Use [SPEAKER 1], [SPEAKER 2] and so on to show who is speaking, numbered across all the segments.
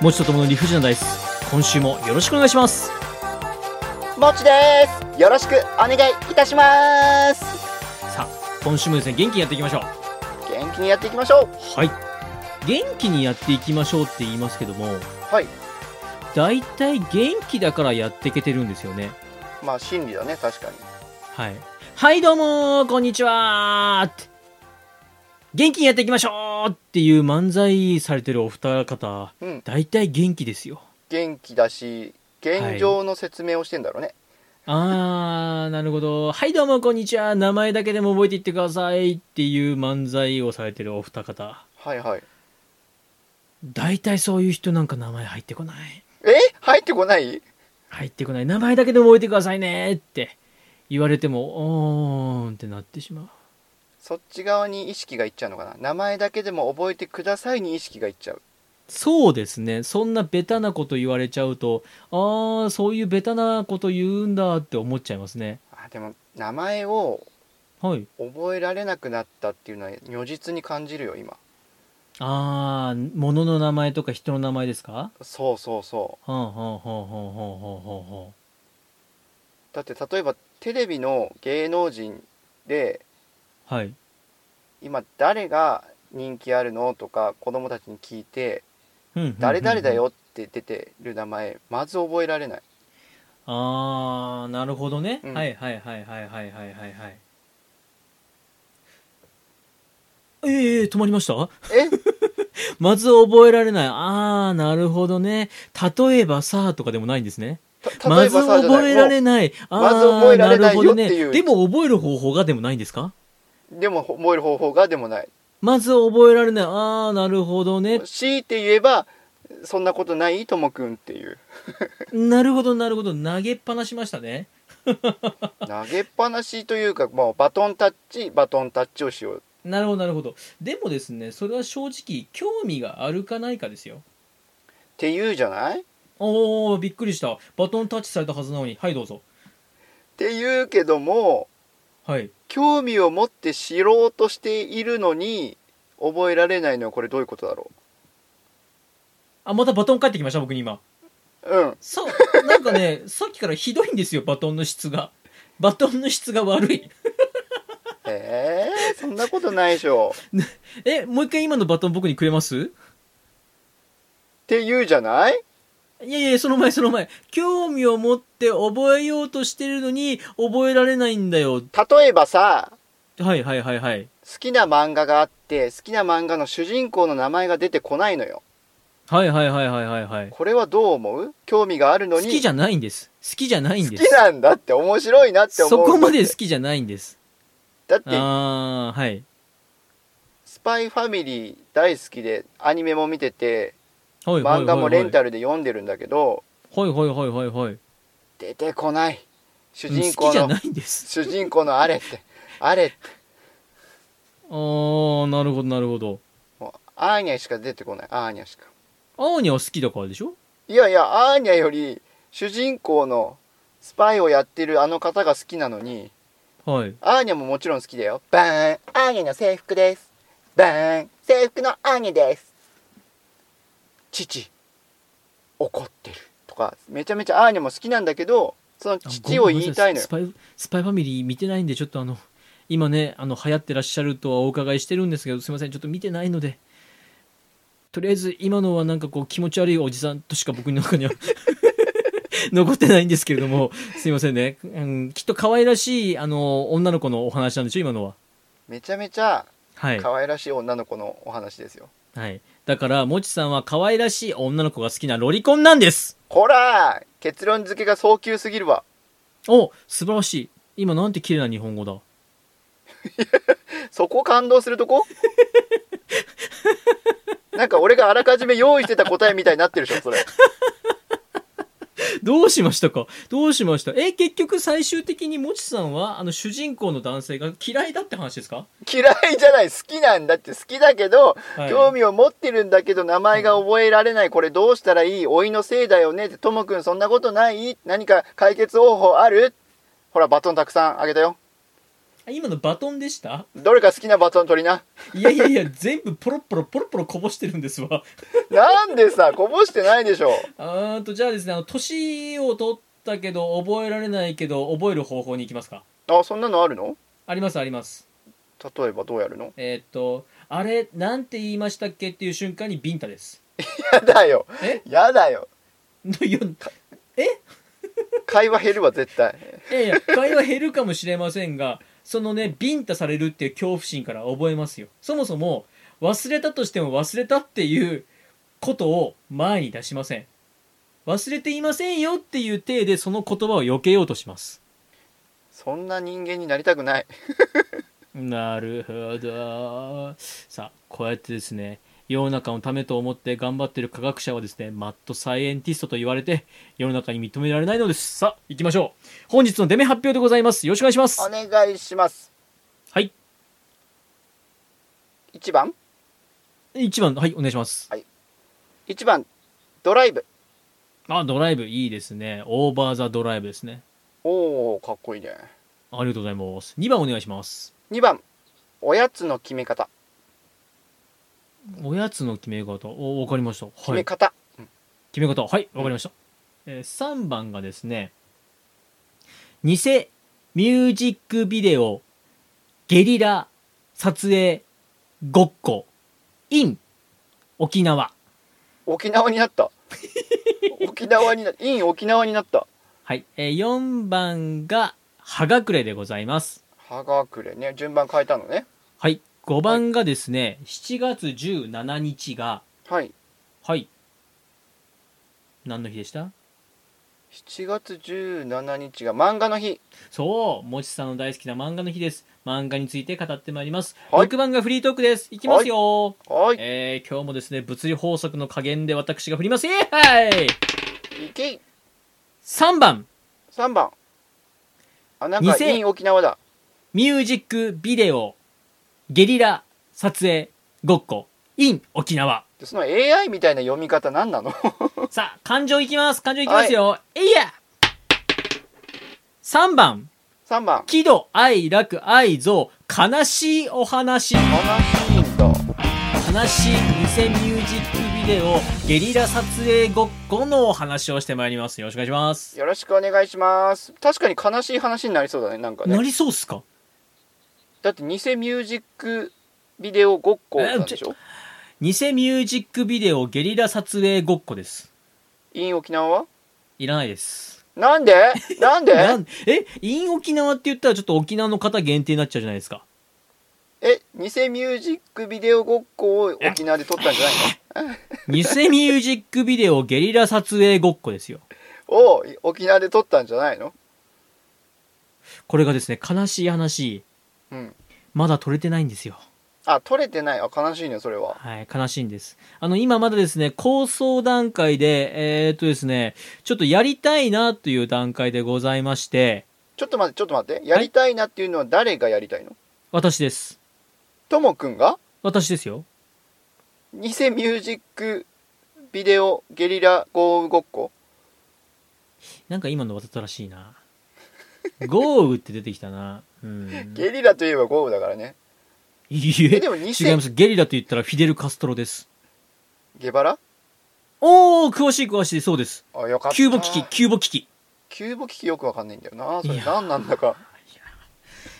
[SPEAKER 1] もちとともの理不尽なダイス今週もよろしくお願いします
[SPEAKER 2] もちですよろしくお願いいたします
[SPEAKER 1] さあ今週もですね元気にやっていきましょう
[SPEAKER 2] 元気にやっていきましょう
[SPEAKER 1] はい元気にやっていきましょうって言いますけども
[SPEAKER 2] はい
[SPEAKER 1] 大体元気だからやっていけてるんですよね
[SPEAKER 2] まあ心理だね確かに
[SPEAKER 1] はいはいどうもーこんにちはーって元気にやっていきましょうっていう漫才されてるお二方
[SPEAKER 2] うん
[SPEAKER 1] 大体元気ですよ
[SPEAKER 2] 元気だし現状の説明をしてんだろうね、
[SPEAKER 1] あー、なるほど。はい、どうも、こんにちは。名前だけでも覚えていってください。っていう漫才をされてるお二方。
[SPEAKER 2] はい、はい
[SPEAKER 1] 大体そういう人なんか名前入ってこない。
[SPEAKER 2] え入ってこない
[SPEAKER 1] 入ってこない。名前だけでも覚えてくださいね。って言われても、おーんってなってしまう。
[SPEAKER 2] そっち側に意識がいっちゃうのかな名前だけでも覚えてくださいに意識がいっちゃう
[SPEAKER 1] そうですね。そんなベタなこと言われちゃうと、あー、そういうベタなこと言うんだって思っちゃいますね。
[SPEAKER 2] あでも名前を
[SPEAKER 1] はい。
[SPEAKER 2] 覚えられなくなったっていうのは如実に感じるよ今
[SPEAKER 1] あー、物の名前とか人の名前ですか
[SPEAKER 2] そうそうそう
[SPEAKER 1] はんはんはんはんはんはんはんはん。
[SPEAKER 2] だって例えばテレビの芸能人で
[SPEAKER 1] はい。
[SPEAKER 2] 今誰が人気あるのとか子供たちに聞いて「誰々だよ」って出てる名前まず覚えられない
[SPEAKER 1] ああなるほどね、
[SPEAKER 2] うん
[SPEAKER 1] はいはいはいはいはいはいはいはいええ止まりました
[SPEAKER 2] え
[SPEAKER 1] まず覚えられないああなるほどね例えばさとかでもないんですね
[SPEAKER 2] た
[SPEAKER 1] ま
[SPEAKER 2] 例え
[SPEAKER 1] ず
[SPEAKER 2] ばさじゃ
[SPEAKER 1] 覚えら
[SPEAKER 2] ない
[SPEAKER 1] れ
[SPEAKER 2] も
[SPEAKER 1] ないあ
[SPEAKER 2] まず覚えられないよ
[SPEAKER 1] ー
[SPEAKER 2] っていう
[SPEAKER 1] なるほどねでも覚える方法がでもないんですか
[SPEAKER 2] うでも覚える方法がでもない
[SPEAKER 1] まず覚えられないああなるほどね
[SPEAKER 2] 強いて言えばそんなことないともくんって いう
[SPEAKER 1] なるほどなるほど投げっぱなしましたね
[SPEAKER 2] 投げっぱなしというか、まあ、バトンタッチバトンタッチをしよう
[SPEAKER 1] なるほどなるほどでもですねそれは正直興味があるかないかですよ
[SPEAKER 2] っていうじゃないっ
[SPEAKER 1] おおびっくりしたバトンタッチされたはずなのにはいどうぞ
[SPEAKER 2] ていうけども
[SPEAKER 1] はい
[SPEAKER 2] 興味を持って知ろうとしているのに覚えられないのはこれどういうことだろ
[SPEAKER 1] あまたバトン返ってきました僕に今
[SPEAKER 2] ううん
[SPEAKER 1] そう なんかねさっきからひどいんですよバトンの質がバトンの質が悪い
[SPEAKER 2] えー、そんなことないでしょ
[SPEAKER 1] えもう一回今のバトン僕にくれます
[SPEAKER 2] っていうじゃない
[SPEAKER 1] いやいやその前その前興味を持って覚えようとしてるのに覚えられないんだよ
[SPEAKER 2] 例えばさ
[SPEAKER 1] はいはいはいはい
[SPEAKER 2] 好きな漫画があって好きな漫画の主人公の名前が出てこないのよ
[SPEAKER 1] はいはいはいはいはいはい
[SPEAKER 2] これはどう思う興味があるの
[SPEAKER 1] 好
[SPEAKER 2] に
[SPEAKER 1] きじゃないんです好きじゃないん
[SPEAKER 2] 好
[SPEAKER 1] で
[SPEAKER 2] き
[SPEAKER 1] す
[SPEAKER 2] なんだって面白いなって思
[SPEAKER 1] そうこまで
[SPEAKER 2] で
[SPEAKER 1] 好
[SPEAKER 2] す
[SPEAKER 1] きじゃないんです
[SPEAKER 2] だって
[SPEAKER 1] ああはい
[SPEAKER 2] スパイファミリー大好きでアニメも見てて
[SPEAKER 1] はいはいはいはい
[SPEAKER 2] 漫画もレンタルで読んでるんだけど
[SPEAKER 1] はいはいはいはいはい
[SPEAKER 2] 出てこない主
[SPEAKER 1] うん
[SPEAKER 2] 人
[SPEAKER 1] 好き
[SPEAKER 2] 公
[SPEAKER 1] じゃ
[SPEAKER 2] の
[SPEAKER 1] ないんです
[SPEAKER 2] 主人公のあれってあれって
[SPEAKER 1] あーなるほどなるほど
[SPEAKER 2] もうアーニャしか出てこないアーニャしか
[SPEAKER 1] 青には好きだからでしょ
[SPEAKER 2] いやいやアーニャより主人公のスパイをやってるあの方が好きなのに
[SPEAKER 1] はい
[SPEAKER 2] アーニャももちろん好きだよバーンアーニャの制服ですバーン制服のアーニャです父怒ってるとかめちゃめちゃアーニャも好きなんだけどその
[SPEAKER 1] あ
[SPEAKER 2] 父を言いたいのよ
[SPEAKER 1] ごめんなさスパイスパイファミリー見てないんでちょっとあの今ねあの流行ってらっしゃるとはお伺いしてるんですけどすいませんちょっと見てないのでとりあえず今のはなんかこう気持ち悪いおじさんとしか僕の中には 残ってないんですけれどもすいませんね、うん、きっと可愛らしいあの女の子のお話なんでしょ今のは
[SPEAKER 2] めちゃめちゃ
[SPEAKER 1] はい
[SPEAKER 2] 可愛らしい女の子のお話ですよ
[SPEAKER 1] はいだからもちさんは可愛らしい女の子が好きなロリコンなんです
[SPEAKER 2] ほら結論付けが早急すぎるわ
[SPEAKER 1] お素晴らしい今なんて綺麗な日本語だ
[SPEAKER 2] そこ感動する とこなんか俺があらかじめ用意してた答えみたいになってるでしょそれ
[SPEAKER 1] どうしましたかどうしましたえ結局最終的にもちさんはあの主人公の男性が嫌いだって話ですか、
[SPEAKER 2] 嫌いじゃない好きなんだって好きだけど、
[SPEAKER 1] はい
[SPEAKER 2] 興味を持ってるんだけど名前が覚えられないこれどうしたらいい老いのせいだよねってともくんそんなことない何か解決方法あるほらバトンたくさんあげたよ
[SPEAKER 1] あ今のバトンでした
[SPEAKER 2] どれか好きなバトン取りな。
[SPEAKER 1] いやいやいや全部ポロポロポロポロこぼしてるんですわ
[SPEAKER 2] なんでさ、こぼしてないでしょ。
[SPEAKER 1] あーとじゃあですねあの年を取ったけど覚えられないけど覚える方法に行きますか
[SPEAKER 2] あ、そんなのあるの
[SPEAKER 1] ありますあります
[SPEAKER 2] 例えばどうやるの
[SPEAKER 1] えーっとあれなんて言いましたっけっていう瞬間にビンタです
[SPEAKER 2] やだよ。
[SPEAKER 1] え
[SPEAKER 2] やだよ。
[SPEAKER 1] のよ
[SPEAKER 2] 会話減るわ、絶対。
[SPEAKER 1] いやいや会話減るかもしれませんがそのねビンタされるっていう恐怖心から覚えますよそもそも忘れたとしても忘れたっていうことを前に出しません忘れていませんよっていう体でその言葉を避けようとします
[SPEAKER 2] そんな人間になりたくない。
[SPEAKER 1] なるほどさあこうやってですね世の中のためと思って頑張ってる科学者はですねマッドサイエンティストと言われて世の中に認められないのですさあ行きましょう本日のデメ発表でございますよろしくお願いします
[SPEAKER 2] お願いします。
[SPEAKER 1] はい。
[SPEAKER 2] 1番
[SPEAKER 1] 1番はいお願いします
[SPEAKER 2] 1番、ドライブ。
[SPEAKER 1] あドライブいいですねオーバーザドライブですね
[SPEAKER 2] おおかっこいいね。
[SPEAKER 1] ありがとうございます2番お願いします
[SPEAKER 2] 2番、おやつの決め方。
[SPEAKER 1] おやつの決め方おわかりました
[SPEAKER 2] 決
[SPEAKER 1] は
[SPEAKER 2] め
[SPEAKER 1] い
[SPEAKER 2] 方。
[SPEAKER 1] 決め方はいわかりました、えー、3番がですね偽ミュージックビデオゲリラ撮影ごっこ in 沖縄
[SPEAKER 2] 沖縄にな った。沖縄にな、イン沖縄になった。
[SPEAKER 1] はい、えー、4番が葉隠れでございます
[SPEAKER 2] 葉隠れね、順番変えたのね。
[SPEAKER 1] はい5番がですね、7月17日が
[SPEAKER 2] はい。
[SPEAKER 1] はい何の日でした
[SPEAKER 2] 7月17日が漫画の日。
[SPEAKER 1] そうもちさんの大好きな漫画の日です漫画について語ってまいります、
[SPEAKER 2] はい
[SPEAKER 1] 6番がフリートークですいきますよ、
[SPEAKER 2] はい。
[SPEAKER 1] えー今日もですね物理法則の加減で私が振りますイエーイ
[SPEAKER 2] いけ
[SPEAKER 1] 3番
[SPEAKER 2] !3 番。あ、なんか、
[SPEAKER 1] 2000
[SPEAKER 2] イン沖縄だ。
[SPEAKER 1] ミュージックビデオゲリラ撮影ごっこ in 沖 縄
[SPEAKER 2] でその AI みたいな読み方何 なの
[SPEAKER 1] さあ感情いきます感情いきますよ、えいや3番
[SPEAKER 2] ?3 番。
[SPEAKER 1] 喜怒哀楽愛憎悲しいお話
[SPEAKER 2] 悲しいんだ。
[SPEAKER 1] 悲しい偽ミュージックビデオゲリラ撮影ごっこのお話をしてまいりますよろしくお願いします
[SPEAKER 2] よろしくお願いします。確かに悲しい話になりそうだね、なんか
[SPEAKER 1] な
[SPEAKER 2] ね。
[SPEAKER 1] りそうっすか
[SPEAKER 2] だって偽ミュージックビデオごっこなんでしょ
[SPEAKER 1] 偽ミュージックビデオゲリラ撮影ごっこです
[SPEAKER 2] イン沖縄はい
[SPEAKER 1] らないです
[SPEAKER 2] な んでなんで
[SPEAKER 1] なんえイン沖縄って言ったらちょっと沖縄の方限定になっちゃうじゃないですか
[SPEAKER 2] え、偽ミュージックビデオごっこを沖縄で撮ったんじゃない
[SPEAKER 1] 偽ミュージックビデオゲリラ撮影ごっこですよ
[SPEAKER 2] のを沖縄で撮ったんじゃないの
[SPEAKER 1] これがですね悲しい話
[SPEAKER 2] うん。
[SPEAKER 1] まだ撮れてないんですよ
[SPEAKER 2] あ、撮れてない。あ、悲しいね、それは。
[SPEAKER 1] はい、悲しいんです。あの、今まだですね、構想段階で、えーっとですね、ちょっとやりたいなという段階でございまして、
[SPEAKER 2] ちょっと待って、ちょっと待って。やりたいなっていうのは誰がやりたいの
[SPEAKER 1] 私です。
[SPEAKER 2] ともくんが
[SPEAKER 1] 私ですよ。
[SPEAKER 2] 偽ミュージックビデオゲリラ豪雨ごっこ
[SPEAKER 1] なんか今のわざとらしい な。豪雨って出てきたな。うん。
[SPEAKER 2] ゲリラといえば豪雨だからね。
[SPEAKER 1] い
[SPEAKER 2] え、
[SPEAKER 1] え、
[SPEAKER 2] でも偽
[SPEAKER 1] 違います。ゲリラと言ったらフィデル・カストロです。
[SPEAKER 2] ゲバラ
[SPEAKER 1] おー、詳しい詳しい、そうです。
[SPEAKER 2] あ、よかった。
[SPEAKER 1] キューボ危機、キューボ危機。
[SPEAKER 2] キューボ危機よくわかんないんだよな。そ
[SPEAKER 1] い
[SPEAKER 2] れ
[SPEAKER 1] や
[SPEAKER 2] 何なんだか。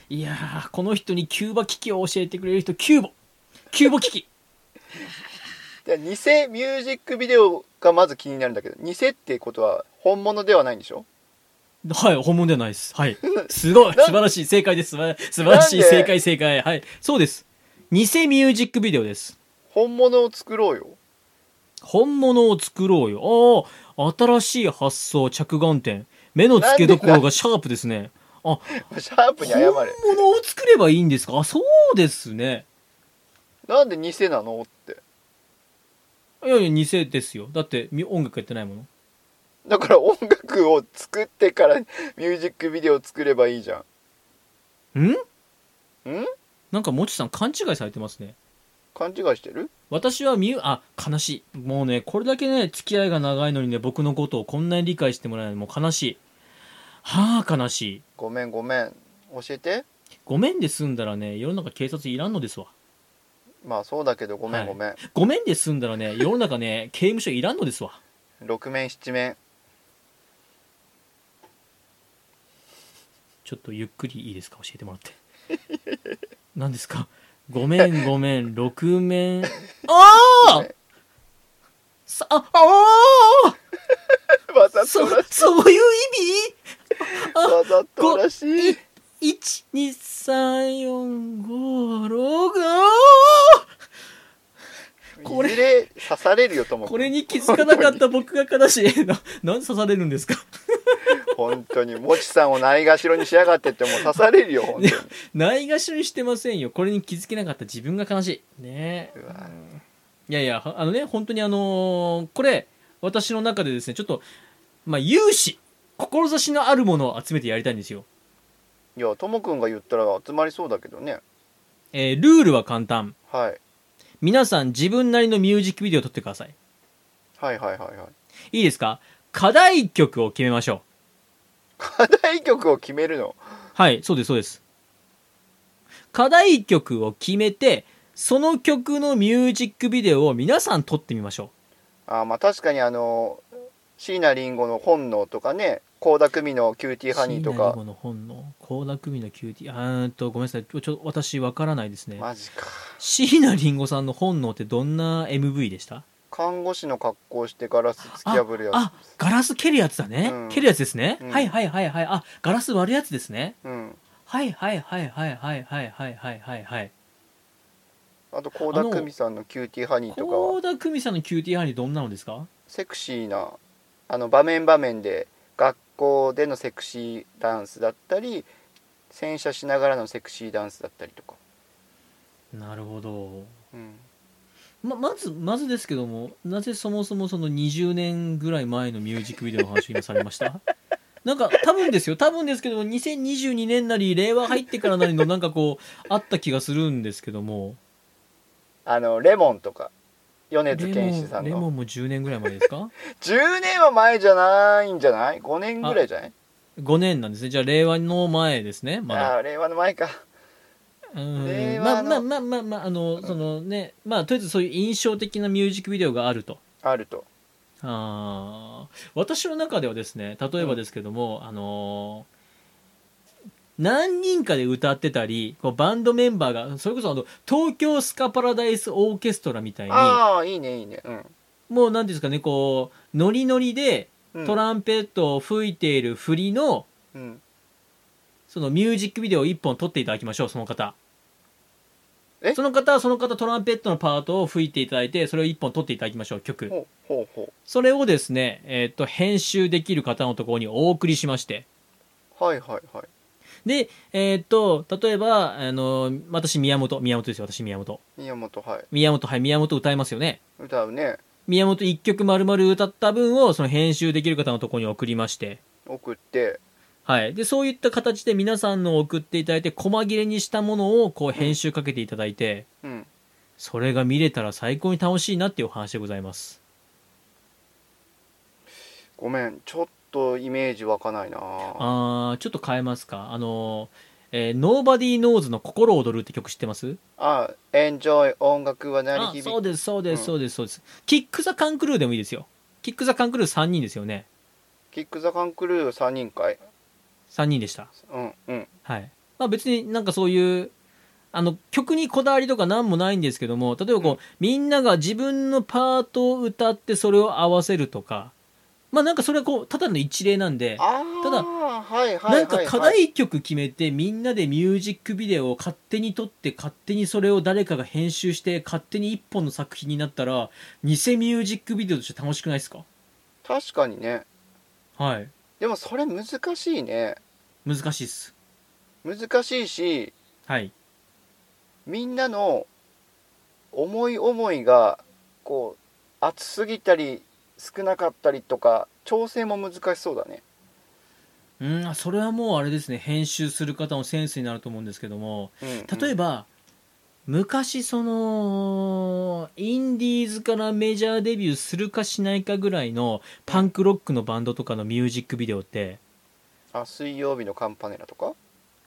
[SPEAKER 1] いやー、この人にキューバ危機を教えてくれる人、キューボ。キューボ危機。
[SPEAKER 2] で偽ミュージックビデオがまず気になるんだけど、偽ってことは本物ではないんでしょ
[SPEAKER 1] はい、本物ではないです。はい。すごい素晴らしい正解です。素晴ら素晴らしい
[SPEAKER 2] なんで
[SPEAKER 1] 正解正解。はい。そうです。偽ミュージックビデオです。
[SPEAKER 2] 本物を作ろうよ。
[SPEAKER 1] 本物を作ろうよ。ああ、新しい発想、着眼点。目の付けどころがシャープですね。あ、
[SPEAKER 2] シャープに謝
[SPEAKER 1] 本物
[SPEAKER 2] れ。
[SPEAKER 1] を作ればいいんですかあ、そうですね。
[SPEAKER 2] なんで偽なのって。
[SPEAKER 1] いやいや、偽ですよ。だって、み音楽やってないもの。
[SPEAKER 2] だから音楽を作ってからミュージックビデオを作ればいいじゃ
[SPEAKER 1] ん
[SPEAKER 2] ん。ん
[SPEAKER 1] なんか、もちさん勘違いされてますね。
[SPEAKER 2] 勘違いしてる
[SPEAKER 1] 私はミュー、あ、悲しい。もうね、これだけね、付き合いが長いのにね、僕のことをこんなに理解してもらえないのもう悲しい。はあ、悲しい。
[SPEAKER 2] ごめんごめん。教えて。
[SPEAKER 1] ごめんで済んだらね世の中警察いらんのですわ
[SPEAKER 2] まあそうだけどごめ
[SPEAKER 1] は
[SPEAKER 2] ん
[SPEAKER 1] い
[SPEAKER 2] ごめん、
[SPEAKER 1] ごめんで済んだらね世の中ね刑務所いらんのですわ
[SPEAKER 2] 六面七面
[SPEAKER 1] ちょっとゆっくりいいですか教えてもらって何ですかごめんごめん六面ああさああ
[SPEAKER 2] わ
[SPEAKER 1] あ
[SPEAKER 2] ざ
[SPEAKER 1] そ
[SPEAKER 2] とらし
[SPEAKER 1] そういう意味
[SPEAKER 2] いわざとらしい
[SPEAKER 1] 一二三四五六これ
[SPEAKER 2] いずれ刺されるよとも
[SPEAKER 1] これに気づかなかった僕が悲しいな なんで刺されるんですか
[SPEAKER 2] 本当にもちさんをないがしろにしやがってってもう刺されるよ本当に
[SPEAKER 1] ないがしろにしてませんよこれに気づけなかった自分が悲しいねえ
[SPEAKER 2] うわ
[SPEAKER 1] いやいやあのね本当にあのーこれ私の中でですねちょっとまあ有志志のあるものを集めてやりたいんですよ、
[SPEAKER 2] いやともくんが言ったら集まりそうだけどね
[SPEAKER 1] えールールは簡単
[SPEAKER 2] はい
[SPEAKER 1] 皆さん自分なりのミュージックビデオを撮ってください
[SPEAKER 2] はいはいはいはい
[SPEAKER 1] いいですか課題曲を決めましょ
[SPEAKER 2] 課題曲を決めるの
[SPEAKER 1] うはいそうですそうです課題曲を決めてその曲のミュージックビデオを皆さん撮ってみましょ
[SPEAKER 2] あーまあ確かにあの椎名林檎の「本能」とかね倖田來未の「キューティ
[SPEAKER 1] う
[SPEAKER 2] ーハニー」と
[SPEAKER 1] 椎名林
[SPEAKER 2] か
[SPEAKER 1] 檎の本能倖田來未のキューティーあーっとごめんなさいちょちょ私わからないですね
[SPEAKER 2] マジか
[SPEAKER 1] 椎名林檎さんの本能ってどんな MV でした
[SPEAKER 2] 看護師の格好してガラス突き破るや
[SPEAKER 1] あガラス蹴るやつだね、
[SPEAKER 2] うん
[SPEAKER 1] 蹴るやつですね、
[SPEAKER 2] うん
[SPEAKER 1] はいはいはいはいあガラス割るやつですね
[SPEAKER 2] つうん
[SPEAKER 1] はいはいはいはいはいはいはいはいはいはい
[SPEAKER 2] あと倖田來未さんの「キューティーハニー」とかは
[SPEAKER 1] 倖田來未さんのキューティーハニーどんなのですか
[SPEAKER 2] セクシーなあの場面場面で学校でのセクシーダンスだったり洗車しながらのセクシーダンスだったりとか、
[SPEAKER 1] なるほど
[SPEAKER 2] うん、
[SPEAKER 1] ままずまずですけどもなぜそもそもその20年ぐらい前のミュージックビデオの話を今されましたなんか多分ですよ多分ですけども2022年なり令和入ってからなりのなんかこうあった気がするんですけども
[SPEAKER 2] あのレモンとか米津
[SPEAKER 1] レ
[SPEAKER 2] 玄師
[SPEAKER 1] モ
[SPEAKER 2] さ
[SPEAKER 1] ン
[SPEAKER 2] ん
[SPEAKER 1] レモ
[SPEAKER 2] の
[SPEAKER 1] ンも10年ぐらい前ですか
[SPEAKER 2] 10年は前じゃないんじゃない5年ぐらいじゃない
[SPEAKER 1] 5年なんですねじゃあ令和の前ですねまだ
[SPEAKER 2] ああー令和の前か
[SPEAKER 1] うー
[SPEAKER 2] 令
[SPEAKER 1] んま
[SPEAKER 2] 和
[SPEAKER 1] あ
[SPEAKER 2] の
[SPEAKER 1] まあまあまあまああのそのねまあとりあえずそういう印象的なミュージックビデオがあると
[SPEAKER 2] あると
[SPEAKER 1] あー私の中ではですね例えばですけども、あのー何人かで歌ってたりこうバンドメンバーがそれこそあの東京スカパラダイスオーケストラみたいに
[SPEAKER 2] ああいいねいいねうん
[SPEAKER 1] もう何ですかねこうノリノリで
[SPEAKER 2] うん
[SPEAKER 1] トランペットを吹いている振りの、
[SPEAKER 2] うん、
[SPEAKER 1] そのミュージックビデオを1本撮っていただきましょうその方
[SPEAKER 2] え
[SPEAKER 1] その方はその方トランペットのパートを吹いていただいてそれを1本撮っていただきましょう曲
[SPEAKER 2] ほうほうほ
[SPEAKER 1] それをですね、えっと編集できる方のところにお送りしまして
[SPEAKER 2] うはいはいはい
[SPEAKER 1] で、えっと例えばあの私宮本宮本ですよ私宮本
[SPEAKER 2] 宮本はい
[SPEAKER 1] 宮本はい宮本歌いますよね
[SPEAKER 2] 歌うね
[SPEAKER 1] 宮本1曲丸々歌った分をその編集できる方のところに送りまして
[SPEAKER 2] 送って
[SPEAKER 1] はい、でそういった形で皆さんの送っていただいて細切れにしたものをこう編集かけていただいて、
[SPEAKER 2] うん
[SPEAKER 1] それが見れたら最高に楽しいなっていうお話でございます
[SPEAKER 2] ごめんちょっとイメージ湧かないな
[SPEAKER 1] あーちょっと変えますかあのーえー、Nobody Knows の「心躍る」って曲知ってます
[SPEAKER 2] あ、エンジョイ音楽は鳴
[SPEAKER 1] あ
[SPEAKER 2] り
[SPEAKER 1] そう
[SPEAKER 2] 響き。
[SPEAKER 1] ですそうで
[SPEAKER 2] う
[SPEAKER 1] す
[SPEAKER 2] ん
[SPEAKER 1] そうですそうです、キック・ザ・カンクルーでもいいですよキック・ザ・カンクルー3人ですよね
[SPEAKER 2] キックザカンクルーは三人会。
[SPEAKER 1] 3人でした
[SPEAKER 2] うんうん
[SPEAKER 1] はいまあ別になんかそういうあの曲にこだわりとか何もないんですけども例えばこう、
[SPEAKER 2] うん
[SPEAKER 1] みんなが自分のパートを歌ってそれを合わせるとかまあなんかそれはこうただの一例なんで
[SPEAKER 2] ああ
[SPEAKER 1] ただ
[SPEAKER 2] はいはいは、
[SPEAKER 1] ないんか課
[SPEAKER 2] はい
[SPEAKER 1] 題曲決めてみんなでミュージックビデオを勝手に撮って勝手にそれを誰かが編集して勝手に一本の作品になったら偽ミュージックビデオとして楽しくないですか
[SPEAKER 2] 確かにね
[SPEAKER 1] はい
[SPEAKER 2] でもそれ難しいね
[SPEAKER 1] 難しいっす
[SPEAKER 2] 難しいし
[SPEAKER 1] はい
[SPEAKER 2] みんなの思い思いがこう熱すぎたり少なかったりとか調整も難しそうだね
[SPEAKER 1] うんそれはもうあれですね編集する方のセンスになると思うんですけども
[SPEAKER 2] うん
[SPEAKER 1] 例えば、昔そのインディーズからメジャーデビューするかしないかぐらいのパンクロックのバンドとかのミュージックビデオって
[SPEAKER 2] あ水曜日のカンパネラとか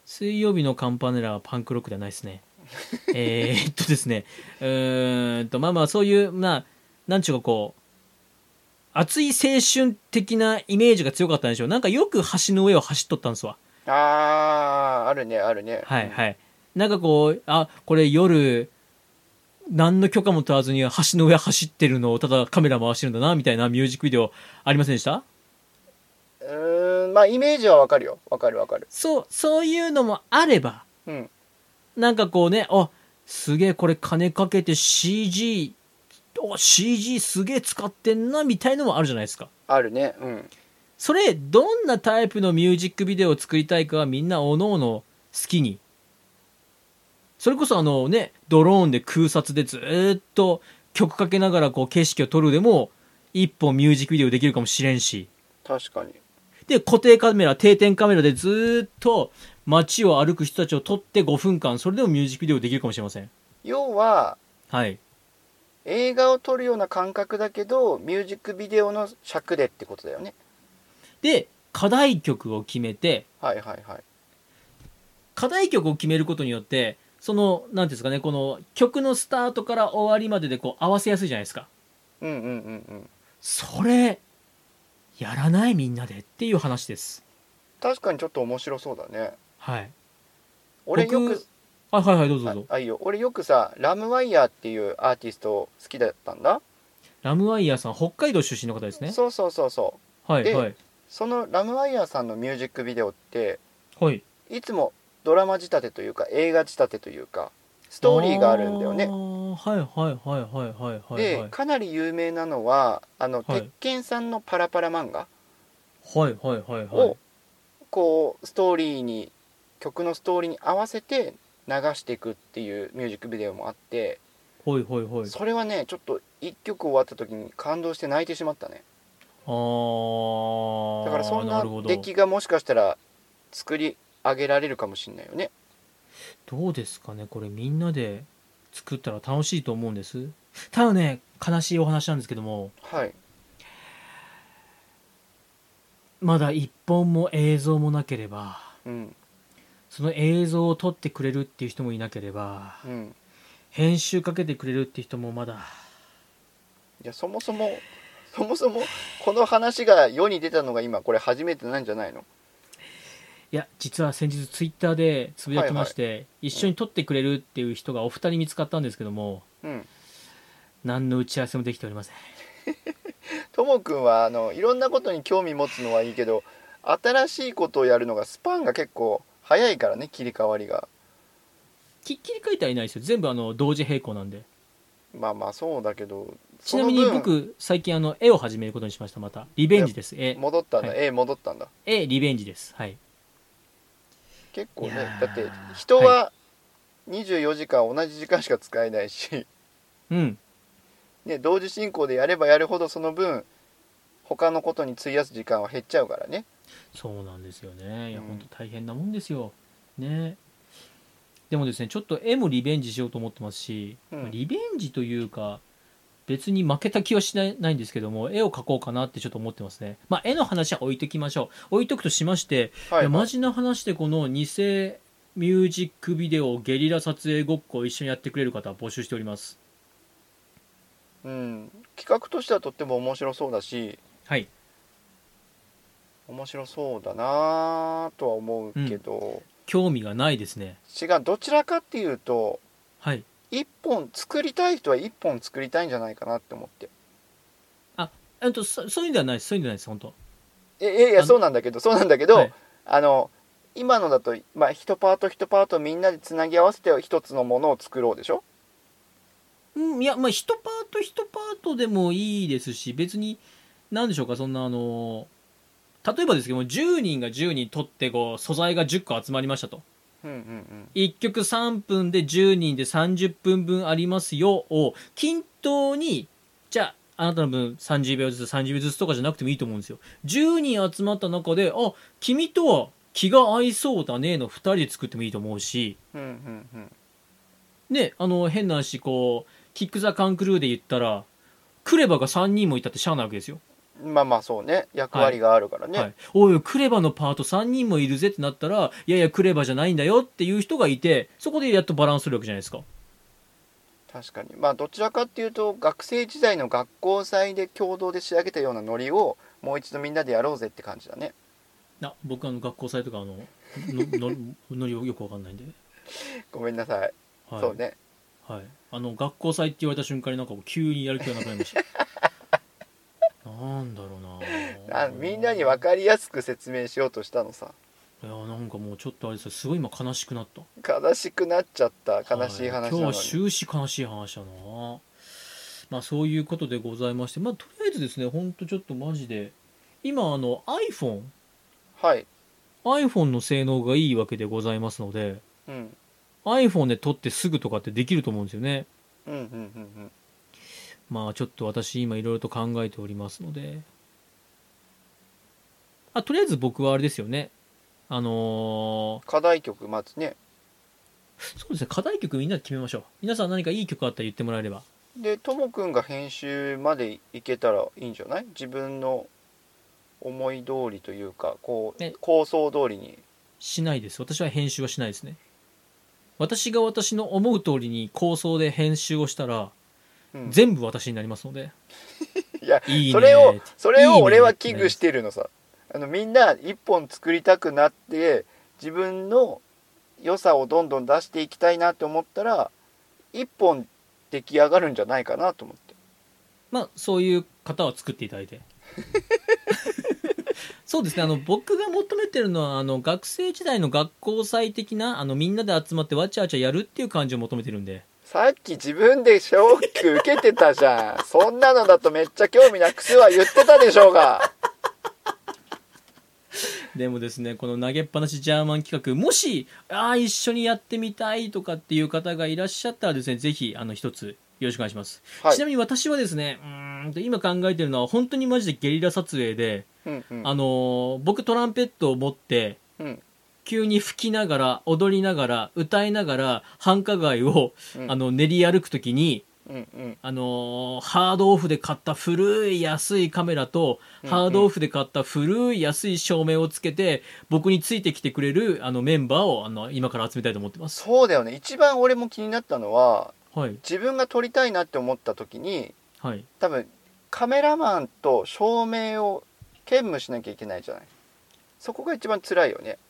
[SPEAKER 1] 水曜日のカンパネラはパンクロックではないですねえーっとですねうーんとまあまあそういうまあなんちゅうかこう熱い青春的なイメージが強かったんでしょうなんかよく橋の上を走っとったんですわ
[SPEAKER 2] あーあるねあるね
[SPEAKER 1] はいはいなんかこうあこれ夜何の許可も取らずに橋の上走ってるのをただカメラ回してるんだなみたいなミュージックビデオありませんでした
[SPEAKER 2] うーんまあイメージはわかるよわかるわかる
[SPEAKER 1] そうそういうのもあれば
[SPEAKER 2] うん
[SPEAKER 1] なんかこうね、あすげえこれ金かけて CG、お CG すげえ使ってんなみたいのもあるじゃないですか。
[SPEAKER 2] あるねうん
[SPEAKER 1] それ、どんなタイプのミュージックビデオを作りたいかはみんなおのおの好きに。それこそあのね、ドローンで空撮でずーっと曲かけながらこう景色を撮るでも、一本ミュージックビデオできるかもしれんし。
[SPEAKER 2] 確かに
[SPEAKER 1] で、固定カメラ、定点カメラでずーっと街を歩く人たちを撮って5分間、それでもミュージックビデオできるかもしれません。
[SPEAKER 2] 要は
[SPEAKER 1] はい。
[SPEAKER 2] 映画を撮るような感覚だけどミュージックビデオの尺でってことだよね
[SPEAKER 1] で課題曲を決めて
[SPEAKER 2] はいはいはい
[SPEAKER 1] 課題曲を決めることによってその何ていうんですかねこの曲のスタートから終わりまででこう合わせやすいじゃないですか
[SPEAKER 2] うんうんうんうん
[SPEAKER 1] それやらないみんなでっていう話です
[SPEAKER 2] 確かにちょっと面白そうだね
[SPEAKER 1] はい
[SPEAKER 2] 俺よ
[SPEAKER 1] 僕
[SPEAKER 2] く
[SPEAKER 1] あはいはいどうぞど
[SPEAKER 2] あ
[SPEAKER 1] うぞ
[SPEAKER 2] あいいよ俺よくさラムワイヤーっていうアーティスト好きだったんだ、
[SPEAKER 1] ラムワイヤーさん北海道出身の方ですね
[SPEAKER 2] そうそうそうそう
[SPEAKER 1] はい
[SPEAKER 2] で
[SPEAKER 1] はい
[SPEAKER 2] そのラムワイヤーさんのミュージックビデオって
[SPEAKER 1] はい
[SPEAKER 2] いつもドラマ仕立てというか映画仕立てというかストーリーがあるんだよ
[SPEAKER 1] あ
[SPEAKER 2] ね
[SPEAKER 1] ーはいはいはいはいはいはいはい
[SPEAKER 2] でかなり有名なのはあの、
[SPEAKER 1] はい
[SPEAKER 2] 鉄拳さんのパラパラ漫画
[SPEAKER 1] はいはいはいはい
[SPEAKER 2] をこうストーリーに曲のストーリーに合わせて流していくっていうミュージックビデオもあって
[SPEAKER 1] はいはいはい
[SPEAKER 2] それはねちょっと1曲終わった時に感動して泣いてしまったね
[SPEAKER 1] あー
[SPEAKER 2] だからそん
[SPEAKER 1] な
[SPEAKER 2] な
[SPEAKER 1] るほど
[SPEAKER 2] 出来がもしかしたら作り上げられるかもしれないよね
[SPEAKER 1] どうですかねこれみんなで作ったら楽しいと思うんですただね悲しいお話なんですけども
[SPEAKER 2] はい
[SPEAKER 1] まだ一本も映像もなければ
[SPEAKER 2] うん
[SPEAKER 1] その映像を撮ってくれるっていう人もいなければ
[SPEAKER 2] うん
[SPEAKER 1] 編集かけてくれるっていう人もまだ
[SPEAKER 2] いやそもそもそもそもこの話が世に出たのが今これ初めてなんじゃないの
[SPEAKER 1] いや実は先日ツイッターでつぶやきまして、一緒に撮ってくれるっていう人がお二人見つかったんですけども
[SPEAKER 2] うん
[SPEAKER 1] 何の打ち合わせもできておりません
[SPEAKER 2] ともくんはあのいろんなことに興味持つのはいいけど新しいことをやるのがスパンが結構早いからね切り替わりが
[SPEAKER 1] き切り替えてはいないですよ全部あの同時並行なんで
[SPEAKER 2] まあまあそうだけど
[SPEAKER 1] ちなみに
[SPEAKER 2] その分
[SPEAKER 1] 僕最近あの絵を始めることにしましたまたリベンジです絵
[SPEAKER 2] 戻ったんだ、
[SPEAKER 1] は
[SPEAKER 2] ええ戻ったんだ
[SPEAKER 1] ええリベンジですはい
[SPEAKER 2] 結構ね
[SPEAKER 1] いやー
[SPEAKER 2] だって人は24時間同じ時間しか使えないし、
[SPEAKER 1] うん
[SPEAKER 2] ね、同時進行でやればやるほどその分他のことに費やす時間は減っちゃうからね
[SPEAKER 1] そうなんですよねいや
[SPEAKER 2] うん
[SPEAKER 1] 本当大変なもんですよねでもですねちょっと絵もリベンジしようと思ってますし、
[SPEAKER 2] うん
[SPEAKER 1] まあリベンジというか別に負けた気はしないないんですけども絵を描こうかなってちょっと思ってますねまあ絵の話は置いときましょう置いとくとしまして、
[SPEAKER 2] はい
[SPEAKER 1] や
[SPEAKER 2] い、は
[SPEAKER 1] マ
[SPEAKER 2] い、
[SPEAKER 1] ジな話でこの偽ミュージックビデオゲリラ撮影ごっこを一緒にやってくれる方募集しております
[SPEAKER 2] うん企画としてはとっても面白そうだし
[SPEAKER 1] はい
[SPEAKER 2] 面白そうだなとは思うけど、
[SPEAKER 1] 興味がないですね
[SPEAKER 2] 違うどちらかっていうと
[SPEAKER 1] はい
[SPEAKER 2] 一本作りたい人は一本作りたいんじゃないかなって思って
[SPEAKER 1] えっとそそういうんではないですそういうんではないです本当
[SPEAKER 2] えいやい
[SPEAKER 1] あ
[SPEAKER 2] や
[SPEAKER 1] の
[SPEAKER 2] そうなんだけどそうなんだけど、
[SPEAKER 1] はい
[SPEAKER 2] あの今のだと、まあ、一パート一パートみんなでつなぎ合わせて一つのものを作ろうでしょ
[SPEAKER 1] うん、いや、まあ、一パート一パートでもいいですし、別に、なんでしょうか、そんな、あの、例えばですけども、10人が10人取って、こう、素材が10個集まりましたと。
[SPEAKER 2] うんうんうん
[SPEAKER 1] 1曲3分で10人で30分分ありますよを、均等に、じゃあ、あなたの分30秒ずつ、30秒ずつとかじゃなくてもいいと思うんですよ。10人集まった中で、あ、君とは気が合いそうだねの2人で作ってもいいと思うし、
[SPEAKER 2] うんうんうん
[SPEAKER 1] ね、あの、変な話、こう、キック・ザ・カン・クルーで言ったら、クレバが3人もいたってしゃあないわけですよ。
[SPEAKER 2] まあまあそうね役割があるからね、
[SPEAKER 1] はい、おいおいクレバのパート3人もいるぜってなったらいやいやクレバじゃないんだよっていう人がいてそこでやっとバランス取るわけじゃないですか
[SPEAKER 2] 確かにまあどちらかっていうと学生時代の学校祭で共同で仕上げたようなノリをもう一度みんなでやろうぜって感じだね
[SPEAKER 1] な僕あの学校祭とかあののののりよくわかんないんで、
[SPEAKER 2] ごめんなさい、
[SPEAKER 1] はい、
[SPEAKER 2] そうね
[SPEAKER 1] はい、あの学校祭って言われた瞬間になんかこう急にやる気がなくなりました なんだろうな
[SPEAKER 2] あみんなに分かりやすく説明しようとしたのさ
[SPEAKER 1] いやなんかもうちょっとあれですよすごい今悲しくなった
[SPEAKER 2] 悲しくなっちゃった悲しい
[SPEAKER 1] は
[SPEAKER 2] 話
[SPEAKER 1] 今
[SPEAKER 2] な
[SPEAKER 1] 日
[SPEAKER 2] の
[SPEAKER 1] は
[SPEAKER 2] に、
[SPEAKER 1] 終始悲しい話だなまあそういうことでございましてまあとりあえずですねほんとちょっとマジで今あの iPhone
[SPEAKER 2] はい、
[SPEAKER 1] iPhone の性能がいいわけでございますので
[SPEAKER 2] うん、うん
[SPEAKER 1] iPhone で撮ってすぐとかってできると思うんですよね
[SPEAKER 2] うんうんうん
[SPEAKER 1] まあちょっと私今いろいろと考えておりますのであとりあえず僕はあれですよねあの
[SPEAKER 2] 課題曲まずね
[SPEAKER 1] ーそうですね課題曲みんなで決めましょう皆さん何かいい曲あったら言ってもらえれば
[SPEAKER 2] でともくんが編集までいけたらいいんじゃない自分の思い通りというかこう、
[SPEAKER 1] ね
[SPEAKER 2] 構想通りに
[SPEAKER 1] しないです私は編集はしないですね私が私の思う通りに構想で編集をしたら
[SPEAKER 2] うん
[SPEAKER 1] 全部私になりますの で、
[SPEAKER 2] いや
[SPEAKER 1] いいね
[SPEAKER 2] それをそれ
[SPEAKER 1] いい
[SPEAKER 2] を
[SPEAKER 1] ね
[SPEAKER 2] 俺は危惧してるのさあのみんな一本作りたくなって自分の良さをどんどん出していきたいなって思ったら一本出来上がるんじゃないかなと思って
[SPEAKER 1] まあそういう方は作っていただい てそうですねあの僕が求めてるのはあの学生時代の学校祭的なあのみんなで集まってわちゃわちゃやるっていう感じを求めてるんで
[SPEAKER 2] さっき自分でショック受けてたじゃんそんなのだとめっちゃ興味なくすは言ってたでしょう が
[SPEAKER 1] でもですねこの投げっぱなしジャーマン企画もしああ一緒にやってみたいとかっていう方がいらっしゃったらですねぜひあの一つよろしくお願いします
[SPEAKER 2] はい
[SPEAKER 1] ちなみに私はですねうーんと今考えてるのは本当にマジでゲリラ撮影で、
[SPEAKER 2] うんうん
[SPEAKER 1] あのー僕トランペットを持って
[SPEAKER 2] うん
[SPEAKER 1] 急に吹きながら踊りながら歌いながら繁華街を、
[SPEAKER 2] うん
[SPEAKER 1] あの練り歩くときに、
[SPEAKER 2] うんうん
[SPEAKER 1] あのーハードオフで買った古い安いカメラと、
[SPEAKER 2] うん
[SPEAKER 1] ハードオフで買った古い安い照明をつけて僕についてきてくれるあのメンバーをあの今から集めたいと思ってます。
[SPEAKER 2] そうだよね一番俺も気になったのは
[SPEAKER 1] はい
[SPEAKER 2] 自分が撮りたいなって思った時に
[SPEAKER 1] はい
[SPEAKER 2] 多分カメラマンと照明を兼務しなきゃいけないじゃないそこが一番辛いよね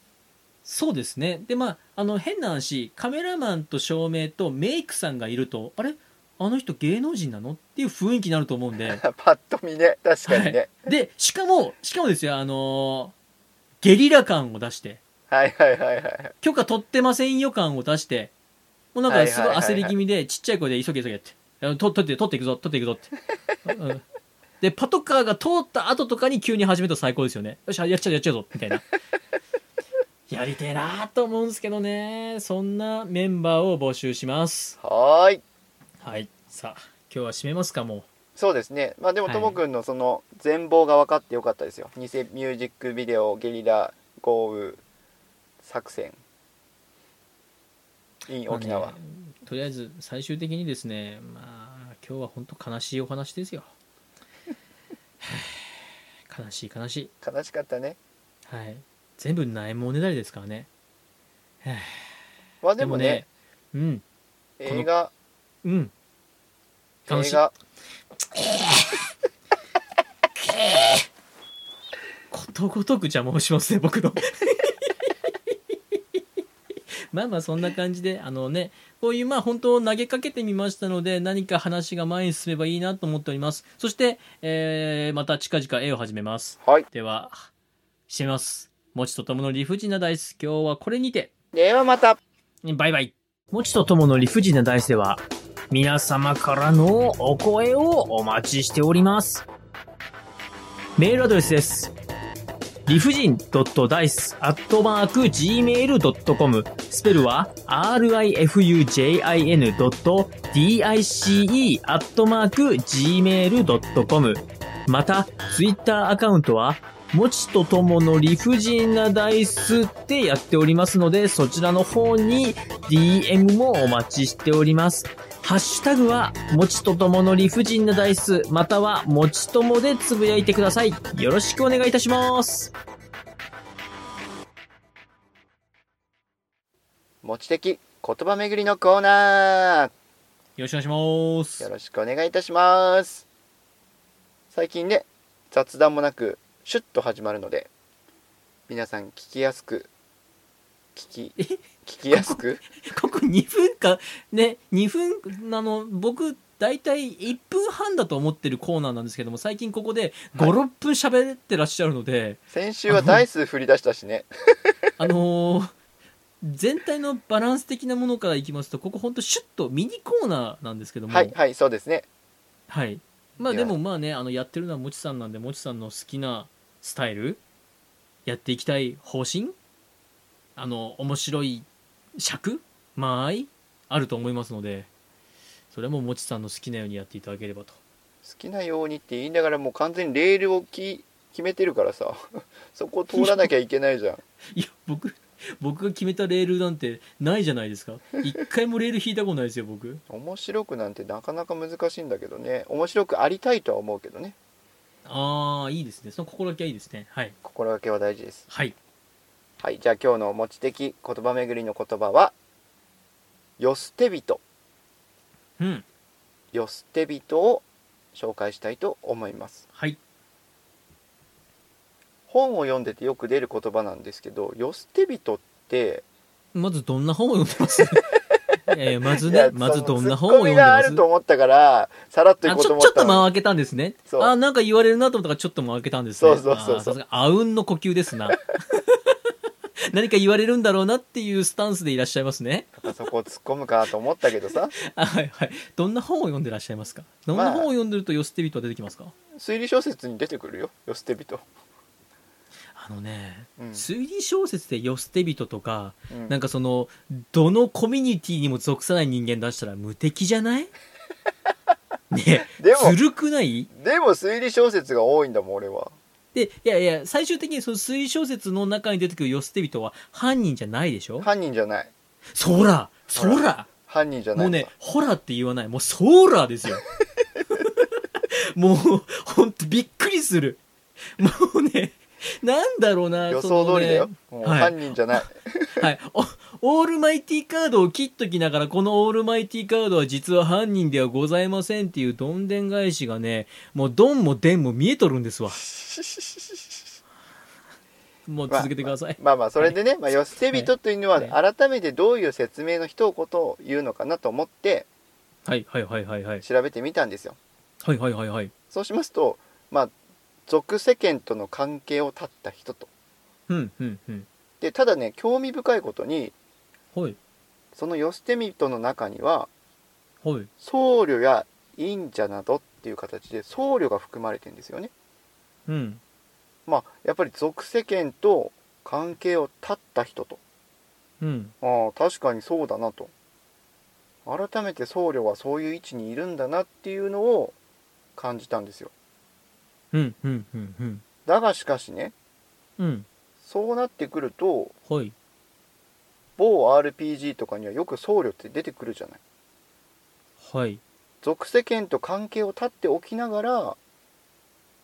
[SPEAKER 1] そうですねでまああの変な話カメラマンと照明とメイクさんがいるとあれあの人芸能人なのっていう雰囲気になると思うんで
[SPEAKER 2] パッと見ね 確かにね、
[SPEAKER 1] でしかもしかもですよあのーゲリラ感を出して
[SPEAKER 2] はい、はいはいはいはい
[SPEAKER 1] 許可取ってませんよ感を出してもうなん
[SPEAKER 2] は
[SPEAKER 1] か
[SPEAKER 2] いはい
[SPEAKER 1] す
[SPEAKER 2] はい
[SPEAKER 1] ごい
[SPEAKER 2] はい
[SPEAKER 1] 焦り気味でちっちゃい声で急げ急げってあのと取って取っていくぞ取っていくぞ って、うんでパトカーが通った後とかに急に始めたら最高ですよねよしあやっちゃうやっちゃうぞみたい なやりてえなと思うんですけどねそんなメンバーを募集します
[SPEAKER 2] はーい
[SPEAKER 1] はいさあ今日は締めますかもう
[SPEAKER 2] そうですねまあでも
[SPEAKER 1] はい
[SPEAKER 2] ともくんのその全貌が分かってよかったですよ偽ミュージックビデオゲリラ豪雨作戦 in 沖縄、
[SPEAKER 1] まあねとりあえず最終的にですねまあ今日は本当悲しいお話です よはあ悲しい悲しい
[SPEAKER 2] 悲しかったね
[SPEAKER 1] はい、全部ないもんねだりですからね
[SPEAKER 2] まあでもね
[SPEAKER 1] でもねこの
[SPEAKER 2] 映画
[SPEAKER 1] うんうん楽し
[SPEAKER 2] 映
[SPEAKER 1] い
[SPEAKER 2] 画
[SPEAKER 1] ことごとく邪魔をし ますね僕のまあまあそんな感じであのねこういうまあ本当投げかけてみましたので何か話が前に進めばいいなと思っておりますそして、えーまた近々絵を始めます
[SPEAKER 2] はい
[SPEAKER 1] では締めますもちとともの理不尽なダイス今日はこれにて
[SPEAKER 2] ではまた
[SPEAKER 1] バイバイ。もちとともの理不尽な大世は、皆様からのお声をお待ちしております。メールアドレスです。理不尽 .dice.gmail.com スペルは rifujin.dice.gmail.com また、ツイッターアカウントは、もちとともの理不尽なダイスってやっておりますので、そちらの方に DM もお待ちしております。ハッシュタグは、もちとともの理不尽なダイス、または、もちともでつぶやいてください。よろしくお願いいたします。
[SPEAKER 2] 持ち的言葉巡りのコーナ
[SPEAKER 1] よろしくお願いしま
[SPEAKER 2] ーよ
[SPEAKER 1] す。
[SPEAKER 2] ろしくお願いいたします最近ね雑談もなくシュッと始まるので皆さん聞きやすく聞き聞きやすく
[SPEAKER 1] ここ2分か、ね、2分、あの、僕、だいたい1分半だと思ってるコーナーなんですけども、最近ここで5、
[SPEAKER 2] はい
[SPEAKER 1] 6分喋ってらっしゃるので、
[SPEAKER 2] 先週はダイス振り出したしね
[SPEAKER 1] あのー全体のバランス的なものからいきますと、ここほんとシュッとミニコーナーなんですけども、
[SPEAKER 2] はいはいそうですね
[SPEAKER 1] はい、まあ
[SPEAKER 2] い
[SPEAKER 1] で
[SPEAKER 2] や
[SPEAKER 1] もまあねあのやってるのはもちさんなんでもちさんの好きなスタイルやっていきたい方針あの面白い尺間合いあると思いますのでそれはもうもちさんの好きなようにやっていただければと
[SPEAKER 2] 好きなようにって言いながらもう完全にレールをき決めてるからさ そこを通らなきゃいけないじゃん
[SPEAKER 1] いや僕僕が決めたレールなんてないじゃないですか一回もレール引いたことないですよ僕
[SPEAKER 2] 面白くなんてなかなか難しいんだけどね面白くありたいとは思うけどね
[SPEAKER 1] ああいいですねその心がけはいいですねはい
[SPEAKER 2] 心がけは大事です
[SPEAKER 1] はい
[SPEAKER 2] はいじゃあ今日の持ち的言葉巡りの言葉は「よ捨て人
[SPEAKER 1] うん」
[SPEAKER 2] よ捨て人を紹介したいと思います
[SPEAKER 1] はい
[SPEAKER 2] 本を読んでてよく出る言葉なんですけど「よ捨て人」って
[SPEAKER 1] まずどんな本を読んでます いやいやまず
[SPEAKER 2] いや
[SPEAKER 1] ねまずどんな本を
[SPEAKER 2] そ
[SPEAKER 1] 読
[SPEAKER 2] のツッコミ
[SPEAKER 1] んで
[SPEAKER 2] があ
[SPEAKER 1] ま
[SPEAKER 2] る
[SPEAKER 1] す
[SPEAKER 2] と思ったからさらっとい
[SPEAKER 1] あ
[SPEAKER 2] こう
[SPEAKER 1] ちょ
[SPEAKER 2] と思
[SPEAKER 1] ちょ
[SPEAKER 2] っ
[SPEAKER 1] ったと
[SPEAKER 2] の
[SPEAKER 1] 間
[SPEAKER 2] に
[SPEAKER 1] を開けたんですね
[SPEAKER 2] そう
[SPEAKER 1] あなんか言われるなと思ったからちょっと間を開けたんですね
[SPEAKER 2] そうそう
[SPEAKER 1] あ
[SPEAKER 2] そうそう
[SPEAKER 1] ーさすがあうんの呼吸ですな 何か言われるんだろうなっていうスタンスでいらっしゃいますね
[SPEAKER 2] そこを突っ込むかと思ったけどさ
[SPEAKER 1] あはいはいどんな本を読んでらっしゃいますかどんな本を読んでると寄せて人は出てきますか、
[SPEAKER 2] 推理小説に出てくるよよ捨て人、
[SPEAKER 1] あ、のね、
[SPEAKER 2] うん
[SPEAKER 1] 推理小説で寄せて人とか
[SPEAKER 2] うん
[SPEAKER 1] なんかそのどのコミュニティにも属さない人間出したら無敵じゃ ないね
[SPEAKER 2] でも
[SPEAKER 1] ずるくない
[SPEAKER 2] でも推理小説が多いんだもん俺は
[SPEAKER 1] で、いやいや、最終的にその推理小説の中に出てくる寄せて人は犯人じゃないでしょ
[SPEAKER 2] 犯人じゃない
[SPEAKER 1] そらそ
[SPEAKER 2] ほ
[SPEAKER 1] ら
[SPEAKER 2] 犯人じゃない
[SPEAKER 1] もうね、ホラーって言わない。もうそらです よ。もう、ほんとびっくりする。もうね、なんだろうな、
[SPEAKER 2] 予
[SPEAKER 1] その
[SPEAKER 2] 想
[SPEAKER 1] ね
[SPEAKER 2] 通りだよ、もう
[SPEAKER 1] はい
[SPEAKER 2] 犯人じゃない
[SPEAKER 1] はい。おオールマイティカードを切っときながら、このオールマイティカードは実は犯人ではございませんっていうどんでん返しがね、もうどんもでんも見えとるんですわ。もう続けてください。
[SPEAKER 2] まあまあそれでね、まあ、寄捨て人というのは
[SPEAKER 1] はい
[SPEAKER 2] 改めてどういう説明の一言を言うのかなと思って
[SPEAKER 1] はいはいはいはいはい。
[SPEAKER 2] 調べてみたんですよ
[SPEAKER 1] はいはいはいはい。
[SPEAKER 2] そうしますとまあ俗世間との関係を断った人と
[SPEAKER 1] うんうんうん。
[SPEAKER 2] でただね興味深いことに
[SPEAKER 1] はい
[SPEAKER 2] その寄捨て人の中には
[SPEAKER 1] はい。
[SPEAKER 2] 僧侶や隠者などっていう形で僧侶が含まれてるんですよね
[SPEAKER 1] うん。
[SPEAKER 2] まあやっぱり俗世間と関係を断った人と
[SPEAKER 1] うん。
[SPEAKER 2] ああ確かにそうだなと改めて僧侶はそういう位置にいるんだなっていうのを感じたんですよ
[SPEAKER 1] うんうんうんうん。
[SPEAKER 2] だがしかしね
[SPEAKER 1] うん。
[SPEAKER 2] そうなってくると
[SPEAKER 1] はい。
[SPEAKER 2] 某 RPG とかにはよく僧侶って出てくるじゃない
[SPEAKER 1] はい。
[SPEAKER 2] 俗世間と関係を断っておきながら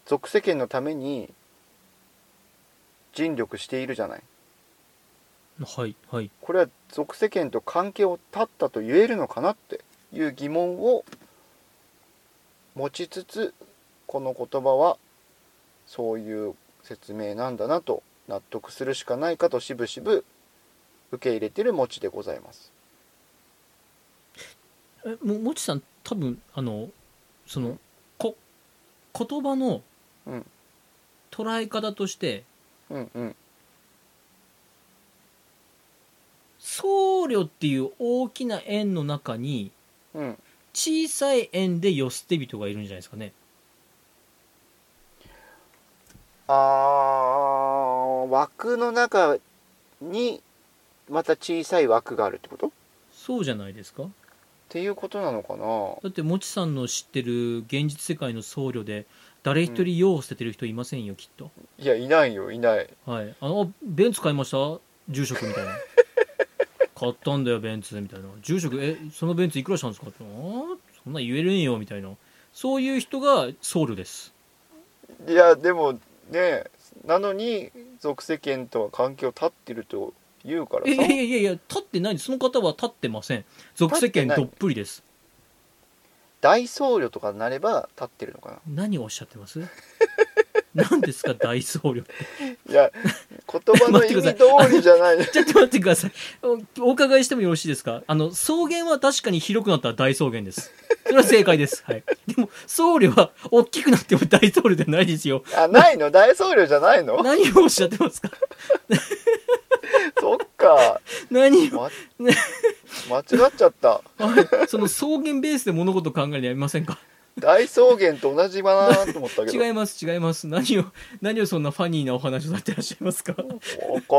[SPEAKER 2] 俗世間のために尽力しているじゃない
[SPEAKER 1] はい。はい。
[SPEAKER 2] これは俗世間と関係を断ったと言えるのかなっていう疑問を持ちつつこの言葉はそういう説明なんだなと納得するしかないかとしぶしぶ受け入れてる持ちでございます。
[SPEAKER 1] え、も、もちさん、多分、あの、その、
[SPEAKER 2] うん
[SPEAKER 1] こ、言葉の
[SPEAKER 2] うん、
[SPEAKER 1] 捉え方として、
[SPEAKER 2] うんうん、
[SPEAKER 1] 僧侶っていう大きな円の中に、
[SPEAKER 2] うん、
[SPEAKER 1] 小さい円で寄捨て人がいるんじゃないですかね。
[SPEAKER 2] あー枠の中にまた小さい枠があるってことっ
[SPEAKER 1] そうじゃないですか
[SPEAKER 2] ていうことなのかな
[SPEAKER 1] だって、もちさんの知ってる現実世界の僧侶で、誰一人用を捨ててる人いませんよ、きっと。
[SPEAKER 2] いやいないよいない
[SPEAKER 1] はい。あの、あベンツ買いました住職みたいな。買ったんだよベンツみたいな住職えそのベンツいくらしたんですかってあーそんな言えるんよみたいなそういう人がソウルです
[SPEAKER 2] いやでもねなのに俗世間とは関係を断ってると言うから
[SPEAKER 1] えい
[SPEAKER 2] さ
[SPEAKER 1] やいやいやいや立ってないその方は立ってません属世間どっぷりです
[SPEAKER 2] 大僧侶とかになれば立ってるのかな
[SPEAKER 1] 何をおっしゃってます 何ですか大僧侶 って
[SPEAKER 2] いや言葉の意味通りじゃ ない
[SPEAKER 1] ちょっと待ってくださいおお伺いしてもよろしいですかあの草原は確かに広くなったら大草原ですそれは正解です、はい、でも僧侶は大きくなっても大僧侶じゃないですよ
[SPEAKER 2] あないの大僧侶じゃないの
[SPEAKER 1] 何をおっしゃってますか
[SPEAKER 2] そっか、
[SPEAKER 1] 何を
[SPEAKER 2] ま
[SPEAKER 1] ね
[SPEAKER 2] 間違っちゃった
[SPEAKER 1] あれその草原ベースで物事を考えるのやめませんか
[SPEAKER 2] 大草原と同じだなと思ったけど
[SPEAKER 1] 違います違います何を何をそんなファニーなお話をされてらっしゃいますか
[SPEAKER 2] わ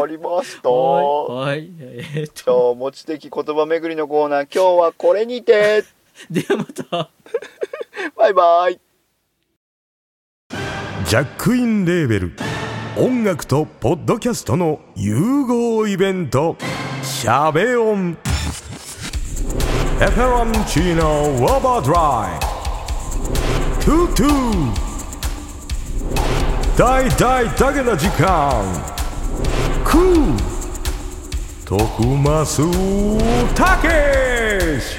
[SPEAKER 2] かりました
[SPEAKER 1] はいはいえーっ
[SPEAKER 2] じゃ
[SPEAKER 1] と
[SPEAKER 2] あ持ち的言葉巡りのコーナー今日はこれにて
[SPEAKER 1] ではまた
[SPEAKER 2] バイバイ
[SPEAKER 3] ジャックインレーベル音楽とポッドキャストの融合イベント「シャベオン」「エフェロンチーノウォーバードライ」「トゥトゥ」「大大だけな時間」「クー」「徳マスたけし」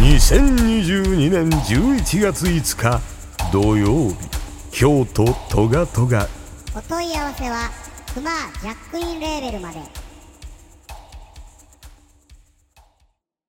[SPEAKER 3] 2022年11月5日土曜日京都トガトガ
[SPEAKER 4] お問い合わせはクマージャックインレーベルまで。